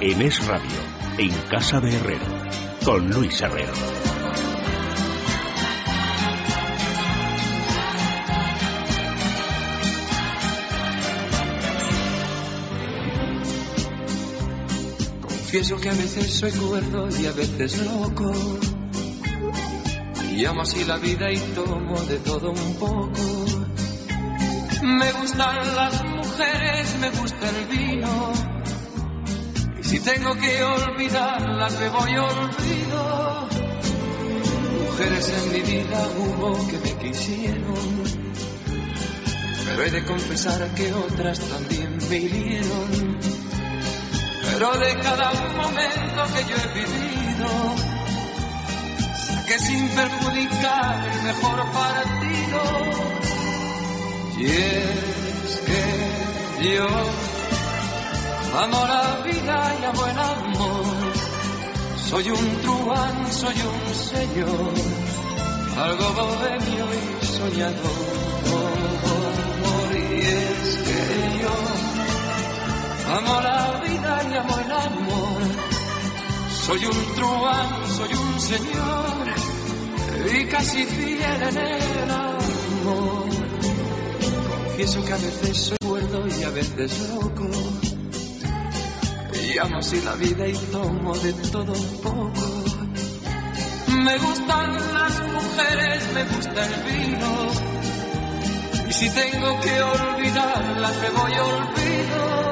en Es Radio, en Casa de Herrero, con Luis Herrero. Confieso que a veces soy cuerdo y a veces loco. Y amo así la vida y tomo de todo un poco. Me gustan las mujeres, me gusta el vino. Y si tengo que olvidarlas, me voy olvido. Mujeres en mi vida hubo que me quisieron. Pero he de confesar que otras también me hirieron. Pero de cada momento que yo he vivido, saqué sin perjudicar el mejor partido. Y es que yo amo la vida y amo el amor. Soy un truán, soy un señor, algo bohemio y soñador. Y es que yo Amo la vida y amo el amor. Soy un truán, soy un señor y casi fiel en el amor. Confieso que a veces soy cuerdo y a veces loco. Y amo así la vida y tomo de todo un poco. Me gustan las mujeres, me gusta el vino. Y si tengo que olvidarlas, me voy olvido.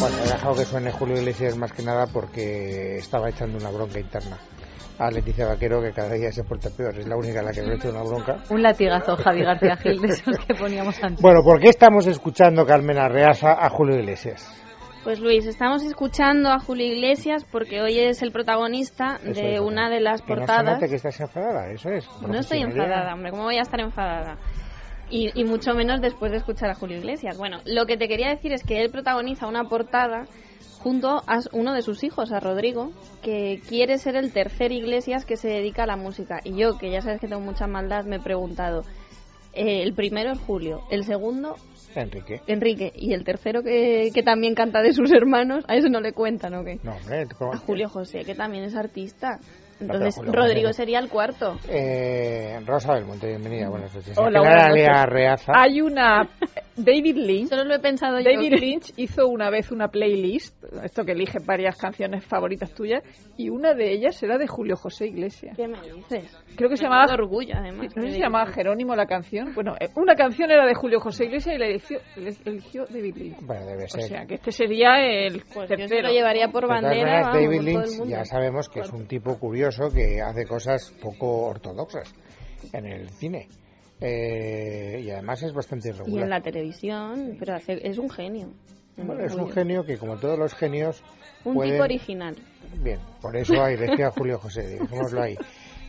Bueno, he dejado que suene Julio Iglesias más que nada porque estaba echando una bronca interna a Leticia Vaquero, que cada día se porta peor. Es la única a la que le he hecho una bronca. Un latigazo, Javi García Gil, de esos que poníamos antes. Bueno, ¿por qué estamos escuchando, Carmen Arreaza, a Julio Iglesias? Pues Luis, estamos escuchando a Julio Iglesias porque hoy es el protagonista Eso de es, una de las Que no se portadas. note que estás enfadada, eso es. No estoy profesionalidad. enfadada, hombre, ¿cómo voy a estar enfadada? Y, y mucho menos después de escuchar a Julio Iglesias. Bueno, lo que te quería decir es que él protagoniza una portada junto a s- uno de sus hijos, a Rodrigo, que quiere ser el tercer Iglesias que se dedica a la música. Y yo, que ya sabes que tengo mucha maldad, me he preguntado, eh, el primero es Julio, el segundo Enrique. Enrique y el tercero que, que también canta de sus hermanos, a eso no le cuentan o qué. No, hombre, ¿cómo- A Julio José, que también es artista. pero Entonces, Julio José Rodrigo no. sería el cuarto. Eh, Rosa del Monte, bienvenida, buenas noches. Hola, En buenas general, noches. a Arreaza. Hay una. David Lynch. Solo lo he pensado yo. David Lynch hizo una vez una playlist, esto que elige varias canciones favoritas tuyas, y una de ellas era de Julio José Iglesias. ¿Qué me dices? Creo que se Me llamaba. da orgullo, además. No sé si se llamaba Jerónimo la canción. Bueno, eh, una canción era de Julio José Iglesias y la eligió, la eligió David Lynch. Bueno, debe O ser. sea, que este sería el Pues yo se tercero. lo llevaría por De todas bandera. maneras, vamos, David por todo el Lynch mundo. ya sabemos que es un tipo curioso que hace cosas poco ortodoxas en el cine. Eh, y además es bastante Y irregular. en la televisión, pero hace- es un genio. Me da Bueno, es un orgullo. genio que, como todos los genios, Un puede- tipo original. Bien, por eso ahí decía Julio José, dejémoslo ahí.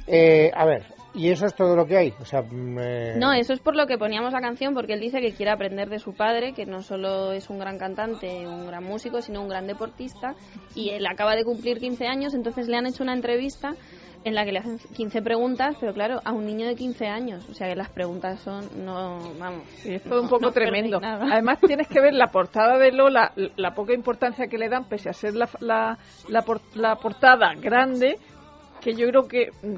Eh, a ver, ¿y eso es todo lo que hay? O sea, mm, eh, No, eso es por lo que poníamos la canción, porque él dice que quiere aprender de su padre, que no solo es un gran cantante, un gran músico, sino un gran deportista. Y él acaba de cumplir 15 años, entonces le han hecho una entrevista en la que le hacen 15 preguntas, pero claro, a un niño de 15 años. O sea que las preguntas son, no, vamos. Sí, es todo un no- poco no perdéis tremendo. nada. Además, tienes que ver la portada de Lola, la, poca importancia que le dan, pese a ser la, la, la por- la portada grande, que yo creo que mm,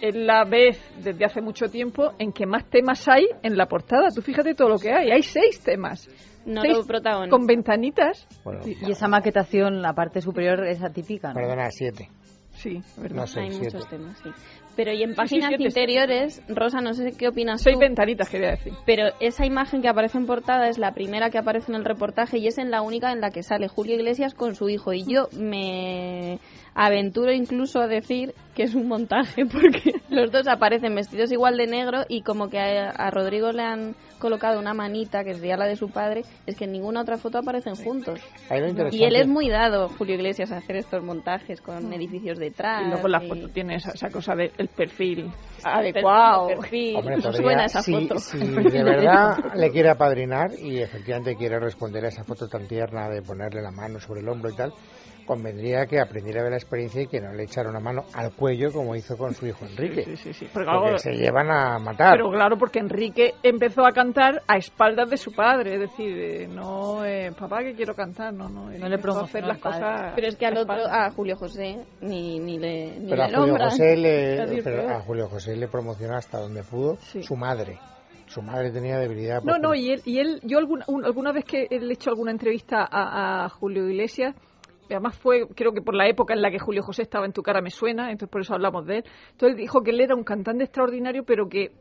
es la vez desde hace mucho tiempo en que más temas hay en la portada. Tú fíjate todo lo que hay. Hay seis temas. No Seis lo protagoniza. Con ventanitas. Bueno, Y esa maquetación, la parte superior es atípica, ¿no? perdona, siete. Sí, es verdad. No sé, Hay siete. muchos temas, sí. Pero y en sí, páginas siete, sí. interiores, Rosa, no sé qué opinas Seis tú, ventanitas, quería decir. pero esa imagen que aparece en portada es la primera que aparece en el reportaje y es en la única en la que sale Julio Iglesias con su hijo. Y yo me aventuro incluso a decir que es un montaje porque los dos aparecen vestidos igual de negro y como que a, a Rodrigo le han colocado una manita que sería la de su padre, es que en ninguna otra foto aparecen juntos. Ahí lo Y él interesante- es muy dado, Julio Iglesias, a hacer estos montajes con edificios detrás. Mm. Y luego la y- foto tiene Ah, esa, esa cosa del perfil adecuado. adecuado. Hombre, Nos todavía, suena esa si, foto. si de verdad le quiere apadrinar y efectivamente quiere responder a esa foto tan tierna de ponerle la mano sobre el hombro y tal, convendría que aprendiera de la experiencia y que no le echara una mano al cuello como hizo con su hijo Enrique. Sí, sí, sí. Porque Porque, claro, se llevan a matar. Pero claro, porque Enrique empezó a cantar a espaldas de su padre, es decir, eh, no, eh, papá que quiero cantar, no, no, él No le empezó a hacer promocionó las al padre. cosas. Pero es que al a otro, espaldas. a Julio José, ni, ni le, ni Pero a le Julio nombran. José Es le, decir, pero peor. a Julio José le promocionó hasta donde pudo Sí. su madre. Su madre tenía debilidad. por No, no, y él, y él yo alguna, un- alguna vez que le he hecho alguna entrevista a, a Julio Iglesias, y además fue, creo que por la época en la que Julio José estaba en tu cara me suena, entonces por eso hablamos de él. Entonces dijo que él era un cantante extraordinario, pero que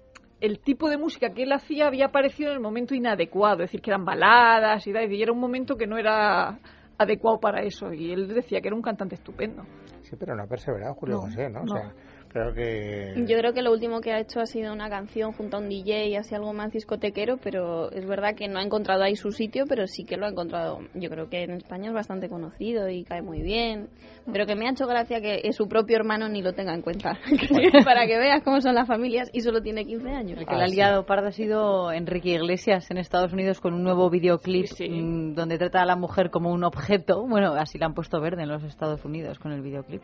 el tipo de música que él hacía había aparecido en el momento inadecuado, es decir, que eran baladas y, tal, y era un momento que no era adecuado para eso. Y él decía que era un cantante estupendo. Sí, pero no ha perseverado Julio No, José, ¿no? O no. sea, creo que... Yo creo que lo último que ha hecho ha sido una canción junto a un DJ y así algo más discotequero, pero es verdad que no ha encontrado ahí su sitio, pero sí que lo ha encontrado. Yo creo que en España es bastante conocido y cae muy bien, pero que me ha hecho gracia que su propio hermano ni lo tenga en cuenta, para que veas cómo son las familias y solo tiene 15 años. El que la Ah, ha liado parda ha sido Enrique Iglesias en Estados Unidos con un nuevo videoclip Sí, sí. mm, donde trata a la mujer como un objeto. Bueno, así la han puesto verde en los Estados Unidos con el videoclip.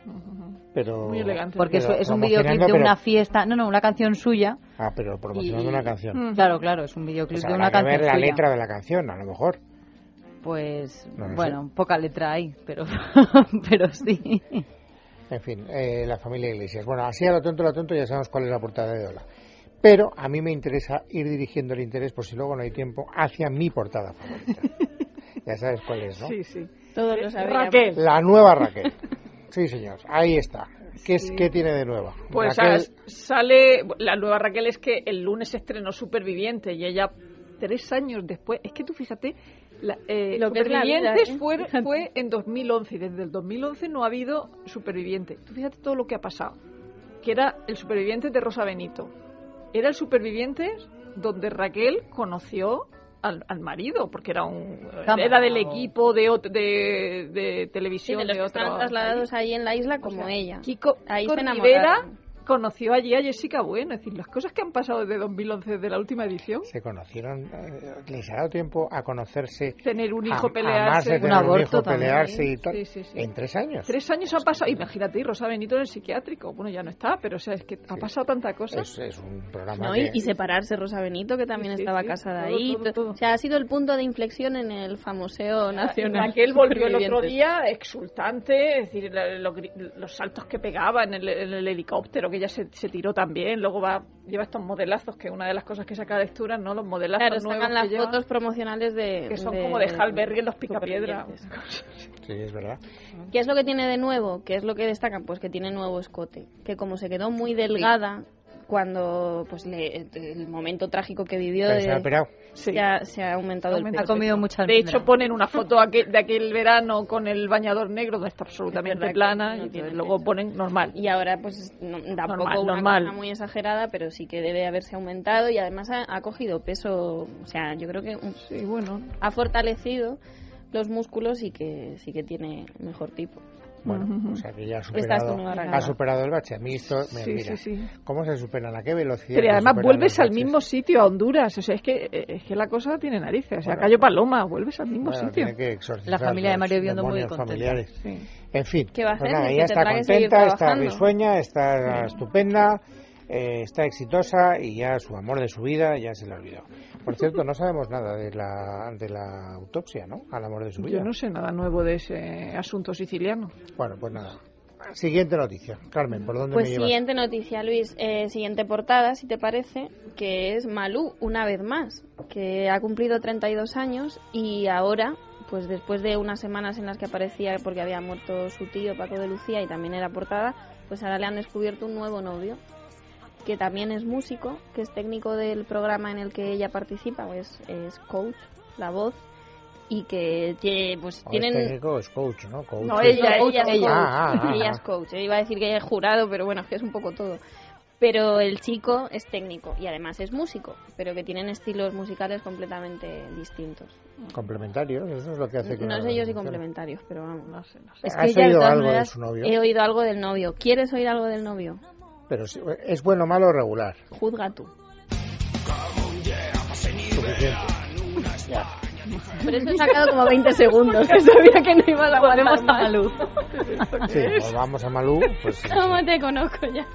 pero... Muy elegante. Porque pero es, es un promocionando, videoclip de pero- una fiesta, no, no, una canción suya. Ah, pero promocionando y- una canción. Mm. Claro, claro, es un videoclip Pues de habrá una que canción ver la suya. letra de la canción, a lo mejor. Pues, No lo bueno, poca letra hay, pero, pero sí. En fin, eh, la familia Iglesias. Bueno, así a lo tonto, a lo tonto, ya sabemos cuál es la portada de Ola. Pero a mí me interesa ir dirigiendo el interés, por si luego no hay tiempo, hacia mi portada favorita. ya sabes cuál es, ¿no? Sí, sí. Todos lo sabíamos. Raquel. La nueva Raquel. Sí, señor, ahí está. ¿Qué, es, ¿qué tiene de nueva? Pues Raquel- sa- sale, la nueva Raquel es que el lunes estrenó Superviviente y ella tres años después, es que tú fíjate, la, eh, Lo que es la vida, Supervivientes ¿eh? fue, fue en 2011 y desde el 2011 no ha habido Superviviente. Tú fíjate todo lo que ha pasado, que era el Superviviente de Rosa Benito, era el Superviviente donde Raquel conoció al, al marido, porque era un Cámara. era del equipo de, ot- de, de Sí, televisión de los que otro están trasladados ahí en la isla como ella. Kiko, Ahí Kiko se Rivera enamoraron. conoció allí a Jessica Bueno. Es decir, las cosas que han pasado desde 2011, desde la última edición. se conocieron, eh, les ha dado tiempo a conocerse, Tener un a- hijo, a amarse, pelearse. tener un Un aborto hijo, también. pelearse y tal, ¿eh? Sí, sí, sí. en tres años. Tres años ha pasado. Imagínate, y Rosa Benito en el psiquiátrico. Bueno, ya no está, pero o sea, es que ha pasado tanta cosa. Es, es un programa ¿no? que... y, y separarse Rosa Benito, que también Sí, sí, estaba sí. casada Todo, ahí. todo, todo. O sea, ha sido el punto de inflexión en el famoseo nacional. Raquel volvió el otro Supervivientes. día exultante, es decir, la- lo gri- los saltos que pegaba en el, en el helicóptero, que ya se, se tiró también. Luego va lleva estos modelazos, que una de las cosas que saca de Lectura, ¿no? Los modelazos Claro, nuevos sacan que las lleva, fotos promocionales de... que son como de Halberg en los picapiedra. Sí, es verdad. ¿Qué es lo que tiene de nuevo? ¿Qué es lo que destacan? Pues que tiene nuevo escote, que como se quedó muy delgada cuando pues le- el momento trágico que vivió Pero se ha de- operado. Sí. ya se ha aumentado el Aumenta Ha peso. comido muchas De hecho, ponen una foto aquel- de aquel verano con el bañador negro, donde está Es absolutamente verdad que plana, no y tiene entonces luego peso. ponen normal. y ahora pues no- tampoco Normal, una normal. cosa muy exagerada, pero sí que debe haberse aumentado y además ha, ha cogido peso, o sea, yo creo que un- Sí, bueno. ha fortalecido los músculos y que sí que tiene mejor tipo. Bueno, Ujú. o sea que ya ha Esta es tu superado, nueva ha realidad. superado el bache. A mí esto, me- Sí, mira, sí, sí. ¿cómo se superan? ¿A qué velocidad? Pero se además superan vuelves los al baches? mismo sitio, a Honduras. O sea, es que, eh, es que la cosa tiene narices. O sea, Bueno. Cayo Paloma, vuelves al mismo Bueno, sitio. tiene que exorcizar La familia de los Mario Biondo muy demonios contenta. familiares. Sí. En fin, ¿Qué va a pues hacer? nada, Que ella está tendrá que seguir contenta, está trabajando. risueña, está estupenda, eh, está exitosa y ya su amor de su vida ya se le olvidó. Por cierto, no sabemos nada de la, de la autopsia, ¿no? Al amor de su vida. Yo no sé nada nuevo de ese asunto siciliano. Bueno, pues nada. Siguiente noticia. Carmen, ¿por dónde Pues me llevas? siguiente noticia, Luis. Eh, siguiente portada, si te parece, que es Malú, una vez más, que ha cumplido 32 años y ahora, pues después de unas semanas en las que aparecía porque había muerto su tío Paco de Lucía y también era portada, pues ahora le han descubierto un nuevo novio, que también es músico, que es técnico del programa en el que ella participa, pues es coach, la voz, y que, que, pues O este es tienen... técnico, es coach, ¿no? Coach. No, ella, No, ella, coach, ella. Ah, ah, ah. Ella es coach. Iba a decir que ella es jurado, pero bueno, es que es un poco todo. Pero el chico es técnico y además es músico, pero que tienen estilos musicales complemente distintos. Complementarios, eso es lo que hace que... No sé yo si funcione. complementarios, pero vamos. No sé, no sé. Es ¿Has ella, de oído todas algo de maneras, su novio? He oído algo del novio. ¿Quieres oír algo del novio? Pero sí, es bueno, malo o regular. Juzga tú. Suficiente. Ya. Pero esto he sacado como 20 segundos, que sabía que no ibas a aguantar Volvemos a más. Malú. Sí, volvamos a Malú, pues sí, ¿Cómo te conozco ya?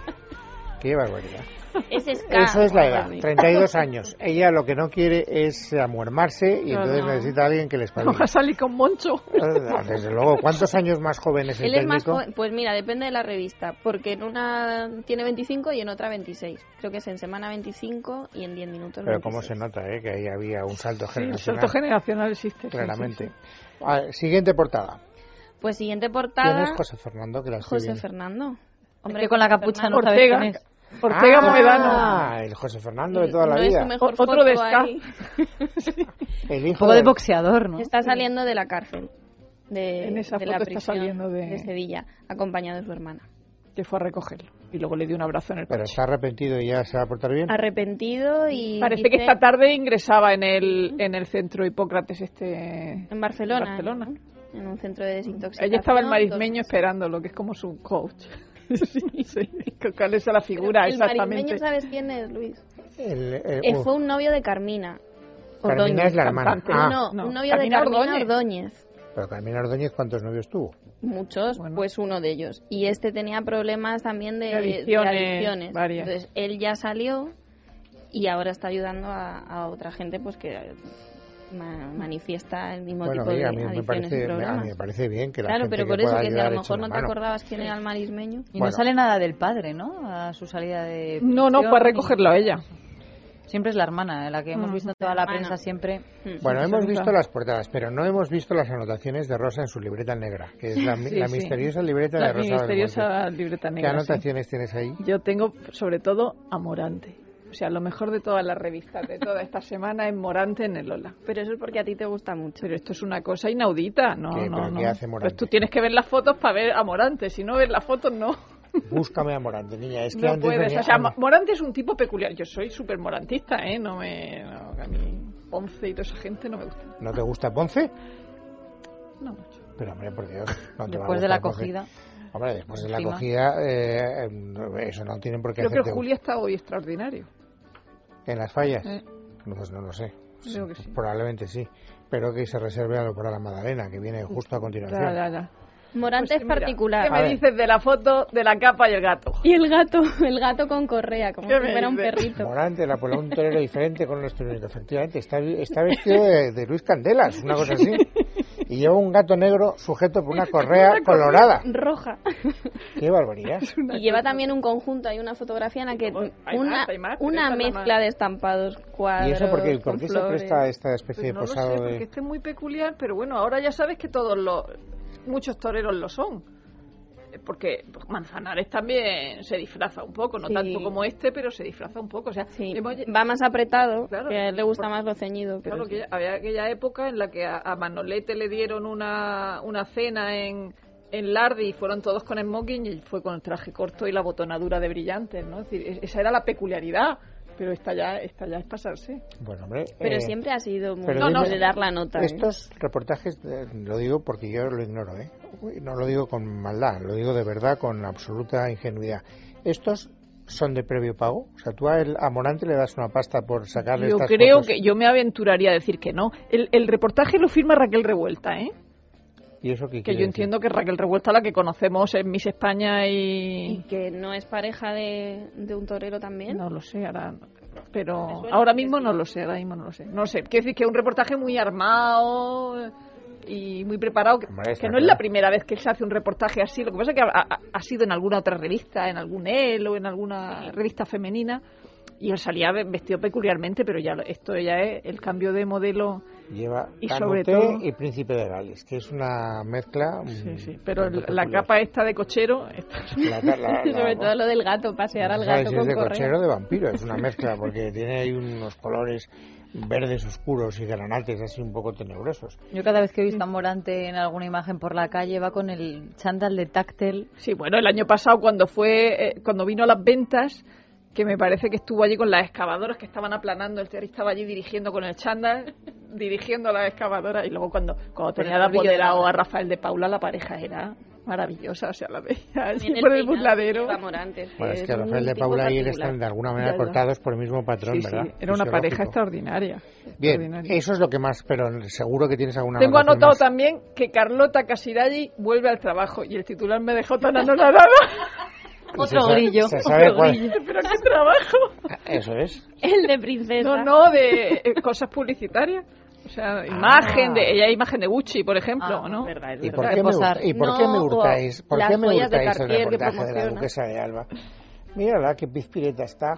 qué barbaridad. Ese es K. Eso es la edad, Javi. 32 años. Ella lo que no quiere es amuermarse y entonces necesita a alguien que le espabile. Vamos a salir con Moncho. Ah, Desde luego, ¿cuántos años más joven es el Él es técnico? más joven. Pues mira, depende de la revista. Porque en una tiene 25 y en otra 26. Creo que es en semana 25 y en 10 minutos. Pero cómo se 26. nota, ¿eh? que ahí había un salto Sí, el generacional. salto generacional existe. sí, claramente. sí, sí. A ver, siguiente portada. Pues siguiente ¿Quién portada. es José Fernando? Que la estoy José viendo? Fernando. Hombre, que con la Ah, capucha no sabes Ortega. quién es. Ortega ah, Moedano. el José Fernando de toda la no Es vida. su mejor O- otro foto descaro. ahí. El Un hijo poco de del- boxeador, ¿no? Está saliendo de la cárcel. De, En esa de foto la está prisión saliendo de- Sevilla, acompañado de su hermana. Que fue a recogerlo. Y luego le dio un abrazo en el Pero coche. está arrepentido y ya se va a portar bien. Arrepentido y. Parece que dice- esta tarde ingresaba en el, en el centro Hipócrates este... En Barcelona. en Barcelona. ¿no? En un centro de desintoxicación. Allí estaba el donde- marismeño esperándolo, que es como su coach. Sí, sí. ¿Cuál es la figura Pero El exactamente? marismeño, ¿sabes quién es, Luis? El, eh, Eh, uh, fue un novio de Carmina. Carmina Ordóñez. es la hermana. cantante. Ah, no, no. un novio Carmina de Carmina Ordóñez. Ordóñez. pero Carmina Ordóñez, ¿cuántos novios tuvo? Muchos, Bueno. pues uno de ellos. Y este tenía problemas también de, De adicciones, de adicciones. varias. Entonces, él ya salió y ahora está ayudando a, a otra gente pues que ma- manifiesta el mismo bueno, tipo de oye, a mí, me adicciones y parece, a problemas. mí me parece bien que la claro, gente pero que por eso pueda que si a ayudar eche lo mejor una no te mano. acordabas quién era el marismeño. Y Bueno. no sale nada del padre, ¿no? A su salida de. No, no, prisión fue a y- recogerlo a ella. Siempre es la hermana, eh, la que hemos Mm. visto en toda la Hermana. prensa siempre. Mm. Bueno, hemos absoluta. visto las portadas, pero no hemos visto las anotaciones de Rosa en su libreta negra, que es la, mi- Sí, la sí. misteriosa libreta La de Rosa. Belmonte. misteriosa libreta ¿Qué negra. sí. anotaciones tienes ahí? Yo tengo, sobre todo, a Morante. O sea, lo mejor de todas las revistas de toda esta semana es Morante en el Ola. Pero eso es porque a ti te gusta mucho. Pero esto es una cosa inaudita, no, ¿Qué? no, ¿Pero no. qué hace Morante? Pues tú tienes que ver las fotos para ver a Morante, si no ves las fotos no, Búscame a Morante, niña. Es que no antes puedes. venía- O sea, Mo- Morante es un tipo peculiar. Yo soy súper morantista, ¿eh? No me... no, a mí Ponce y toda esa gente no me gusta. ¿No te gusta Ponce? No mucho. Pero hombre, por Dios. No te Ah, va a Después de la gustar Ponce. acogida. Hombre, después de la Encima. acogida, eh, eh, no, eso no tienen por qué Creo que hacerte Julia está hoy extraordinario. en las fallas. ¿eh? No, Pues no lo sé. Creo que sí. Probablemente sí. Pero que se reserve algo para la Madalena, que viene justo a continuación. Ya, ya, ya. Morante es Pues mira, particular. ¿Qué A me ver. dices de la foto de la capa y el gato? Y el gato, el gato con correa, como si ¿Qué me fuera un dices? perrito. Morante, la Pola, un torero diferente con los toreros. Efectivamente, está, está vestido de, de Luis Candelas, una cosa así. Y lleva un gato negro sujeto por una correa colorada. Roja. ¡Qué barbaridad! Y lleva también un conjunto, hay una fotografía en la que Vamos, hay una, más, hay más, pero una esta es la mezcla más. de estampados, cuadros, ¿Y eso por qué, por con qué se flores. presta a esta especie Pues no de lo sé, posado porque de...? este es muy peculiar, pero bueno, ahora ya sabes que todos los... Muchos toreros lo son. Eh, Porque pues, Manzanares también se disfraza un poco, no Sí. tanto como este, pero se disfraza un poco. O sea, Sí, hemos- va más apretado, Claro, que a él le gusta por- más lo ceñido. Pero claro, sí. que ya- había aquella época en la que a, a Manolete le dieron una, una cena en, en Lardi y fueron todos con smoking y fue con el traje corto y la botonadura de brillantes, ¿no? Es decir, es- esa era la peculiaridad, pero esta ya, esta ya es pasarse. Bueno, hombre... Pero eh, siempre ha sido muy pero no, no, dime- de dar la nota. ¿eh? Estos reportajes, eh, lo digo porque yo lo ignoro, ¿eh? Uy, No lo digo con maldad, lo digo de verdad con absoluta ingenuidad. Estos son de previo pago, o sea, tú a, él- a Morante le das una pasta por sacarle Yo estas creo fotos. que yo me aventuraría a decir que no. El, el reportaje lo firma Raquel Revuelta, ¿eh? ¿Y eso qué Que quiere yo decir? entiendo que Raquel Revuelta la que conocemos en Miss España Y y que no es pareja de, de un torero también. no lo sé, ahora Me pero suena ahora que mismo sí. no lo sé, ahora mismo no lo sé. No lo sé, quiero decir que es un reportaje muy armado y muy preparado, que, Hombre, está que no es la claro. primera vez que se hace un reportaje así, lo que pasa es que ha, ha- ha sido en alguna otra revista, en algún él o en alguna revista femenina y él salía vestido peculiarmente, pero ya lo- esto ya es el cambio de modelo Lleva Y sobre Canute todo- y Príncipe de Gales, que es una mezcla... Sí, mm, sí, pero tanto el- la peculiar. capa esta de cochero, esta- La- la- la- Sobre la- todo lo del gato, pasear al no sabes gato si es con de cochero correa. o de vampiro, es una mezcla, porque tiene ahí unos colores verdes oscuros y granates así un poco tenebrosos. Yo cada vez que he visto a Morante en alguna imagen por la calle va con el chándal de táctel. sí, bueno, el año pasado cuando fue, eh, cuando vino a las ventas, que me parece que estuvo allí con las excavadoras que estaban aplanando, el terrorista estaba allí dirigiendo con el chándal, dirigiendo a las excavadoras y luego cuando, cuando Con el tenía de brillo de la apoderado a hora. Rafael de Paula, la pareja era maravillosa, o sea, la veía así También por el peinado burladero. de Eva Morantes, Bueno, Eh, es que un Rafael de tipo Paula y él particular. están de alguna manera Ya, ya. cortados por el mismo patrón, Sí, sí, ¿verdad? era una pareja Fisiológico. extraordinaria. Bien, extraordinaria. eso es lo que más, pero seguro que tienes alguna Tengo anotación anotado más. también que Carlota Casiraghi vuelve al trabajo y el titular me dejó tan anonadada. Y se Otro sa- grillo, se otro sabe cuál- Ah, grillo. Pero qué trabajo. Eso es. El de princesa. No, no, de eh, cosas publicitarias. O sea, imagen de, ella imagen de Gucci, por ejemplo, Ah, ¿no? es verdad, es ¿Y verdad. por qué me, Posar. hurt- y por qué me No, o hurtáis, por las qué me joyas de hurtáis el Cartier que reportaje de la promociona. duquesa de Alba? Mírala, qué pizpireta está.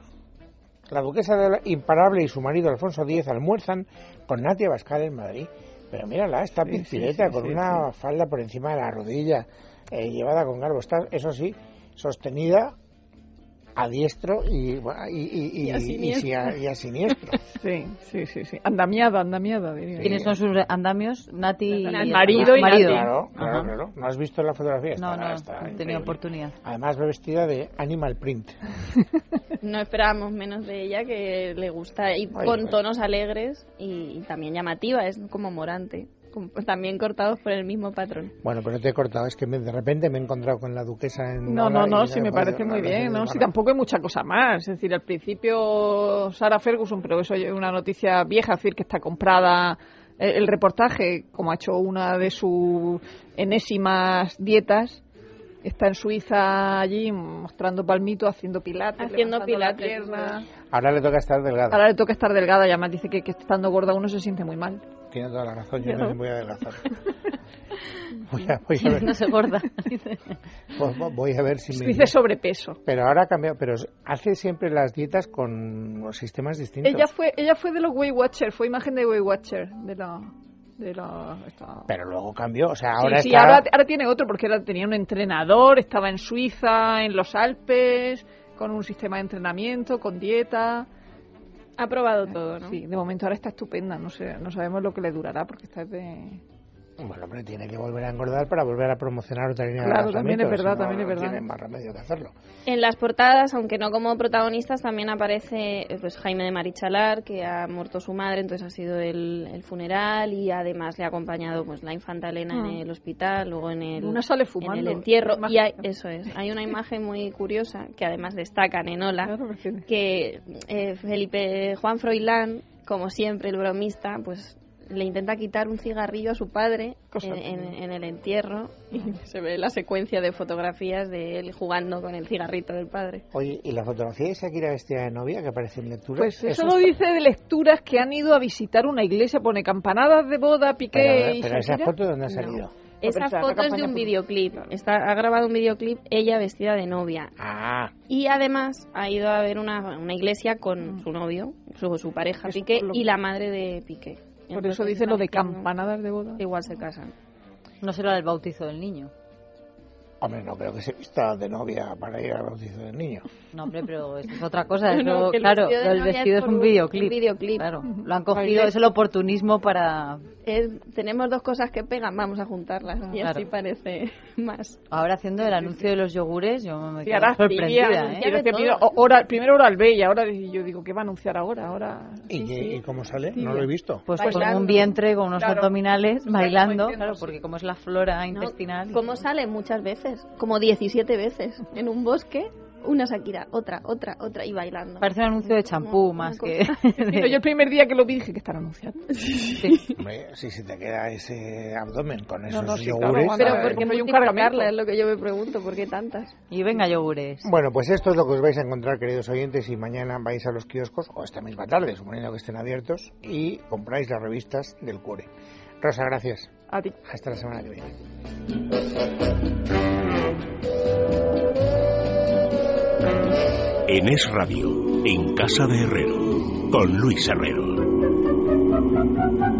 La duquesa de Alba, imparable y su marido Alfonso X almuerzan con Natia Bascal en Madrid. Pero mírala, está Sí, pizpireta sí, sí, con sí, una falda por encima de la rodilla, eh, llevada con garbo. Está, eso sí, sostenida a diestro y, bueno, y, y- y- Y a y- siniestro. y a- y a siniestro. Sí, sí, sí, sí. Andamiada, andamiada, diría. ¿Quiénes son sus andamios? Nati Nati. y Marido y marido. Nati. Claro, claro, Ajá. claro. ¿No has visto la fotografía? No, Está- no, está no he tenido increíble. oportunidad. Además va vestida de animal print. No esperábamos menos de ella, que le gusta y Ay, con pues. tonos alegres y, y también llamativa, es como Morante, como- también cortados por el mismo patrón. Bueno, pero te he cortado, es que me- de repente me he encontrado con la duquesa en... No, no, Málaga y no, digo, sí me joder, parece muy la bien, verdad ¿no? es Sí, que tampoco hay mucha cosa más. Es decir, al principio Sara Ferguson, pero eso es una noticia vieja, es decir, que está comprada eh, el reportaje, como ha hecho una de sus enésimas dietas. Está en Suiza allí mostrando palmito, haciendo pilates. Haciendo levantando la pilates, pierna. Ahora le toca estar delgada. Ahora le toca estar delgada y además dice que, que estando gorda uno se siente muy mal. Tiene toda la razón, yo también voy a adelgazar. voy, a, voy a ver, pues, No se gorda. vo- voy a ver si me... Dice sobrepeso. Pero ahora ha cambiado, pero hace siempre las dietas con los sistemas distintos. Ella fue, ella fue de los Weight Watcher, fue imagen de Weight Watcher, de la, de la, esta- Pero luego cambió, o sea, Sí, ahora sí, está... ahora, ahora tiene otro, porque ahora tenía un entrenador, estaba en Suiza, en los Alpes, con un sistema de entrenamiento, con dieta. Ha probado todo, ¿no? Ah, Sí, de momento ahora está estupenda, no sé, no sabemos lo que le durará, porque está de... Bueno, hombre, tiene que volver a engordar para volver a promocionar otra línea Claro, de también es lanzamientos, verdad, si no, también es no verdad. Tiene más remedio que hacerlo. En las portadas, aunque no como protagonistas, también aparece eh, pues, Jaime de Marichalar, que ha muerto su madre, entonces ha sido el, el funeral y además le ha acompañado pues la infanta Elena Ah. en el hospital, luego en el, Una sale en el fumando, entierro. una Y hay, imagen. eso es, hay una imagen muy curiosa que además destacan en Ah, Ola, Claro, porque- que eh, Felipe Juan Froilán, como siempre el bromista, pues le intenta quitar un cigarrillo a su padre Cosa en, en- tremenda. en el entierro y se ve la secuencia de fotografías de él jugando con el cigarrito del padre. Oye, ¿y la fotografía de Shakira vestida de novia que aparece en lectura? Pues eso, es- lo dice de lecturas que han ido a visitar una iglesia, pone campanadas de boda, piqué Pero, y pero esa Shakira. foto, ¿dónde ha salido? Esa pero será una foto es de campaña un publicitaria. videoclip. Está, ha grabado un videoclip ella vestida de novia. Ah, Y además ha ido a ver una, una iglesia con su novio, su, su pareja Es Piqué Mm. por lo- y la madre de Piqué. Por Entonces eso dice lo de están haciendo- campanadas de boda. Igual se casan. No será el bautizo del niño. hombre, no creo que se vista de novia para ir al bautizo del niño. No, hombre, pero esto es otra cosa. eso- No, no, que el claro, vestido de el novia es vestido es por un, un- videoclip. un videoclip. Claro, lo han Bailé. cogido, es el oportunismo para... Es- Eh, tenemos dos cosas que pegan, vamos a juntarlas. y así Claro. parece más. Ahora haciendo el anuncio de los yogures, yo me Sí, quedo ahora sorprendida, diría, ¿eh? anunciar diría de que todo. primero, o- oral- primero oral B y ahora di- yo digo, ¿qué va a anunciar ahora? ahora ¿Y, sí, qué- sí. y cómo sale? No lo he visto. Pues con Bailando. un vientre, con unos Claro. abdominales, Está como bailando, diciendo, claro, sí. porque como es la flora ¿no? intestinal... ¿Cómo sale? Muchas veces. Como 17 veces. En un bosque, una Shakira, otra, otra, otra y bailando. Parece un anuncio de champú Una más cosa. que... Pero yo el primer día que lo vi dije que están anunciando. Sí. Hombre, si se te queda ese abdomen con esos no, sí, yogures... eh, claro, Pero Vale. ¿por qué Como hay un multiplicarla? cargamento. Es lo que yo me pregunto. ¿Por qué tantas? Y venga, yogures. Bueno, pues esto es lo que os vais a encontrar, queridos oyentes, y mañana vais a los kioscos, o esta misma tarde, suponiendo que estén abiertos, y compráis las revistas del Cuore. Rosa, gracias. A ti. Hasta la semana que viene. En Es Radio, en Casa de Herrero, con Luis Herrero.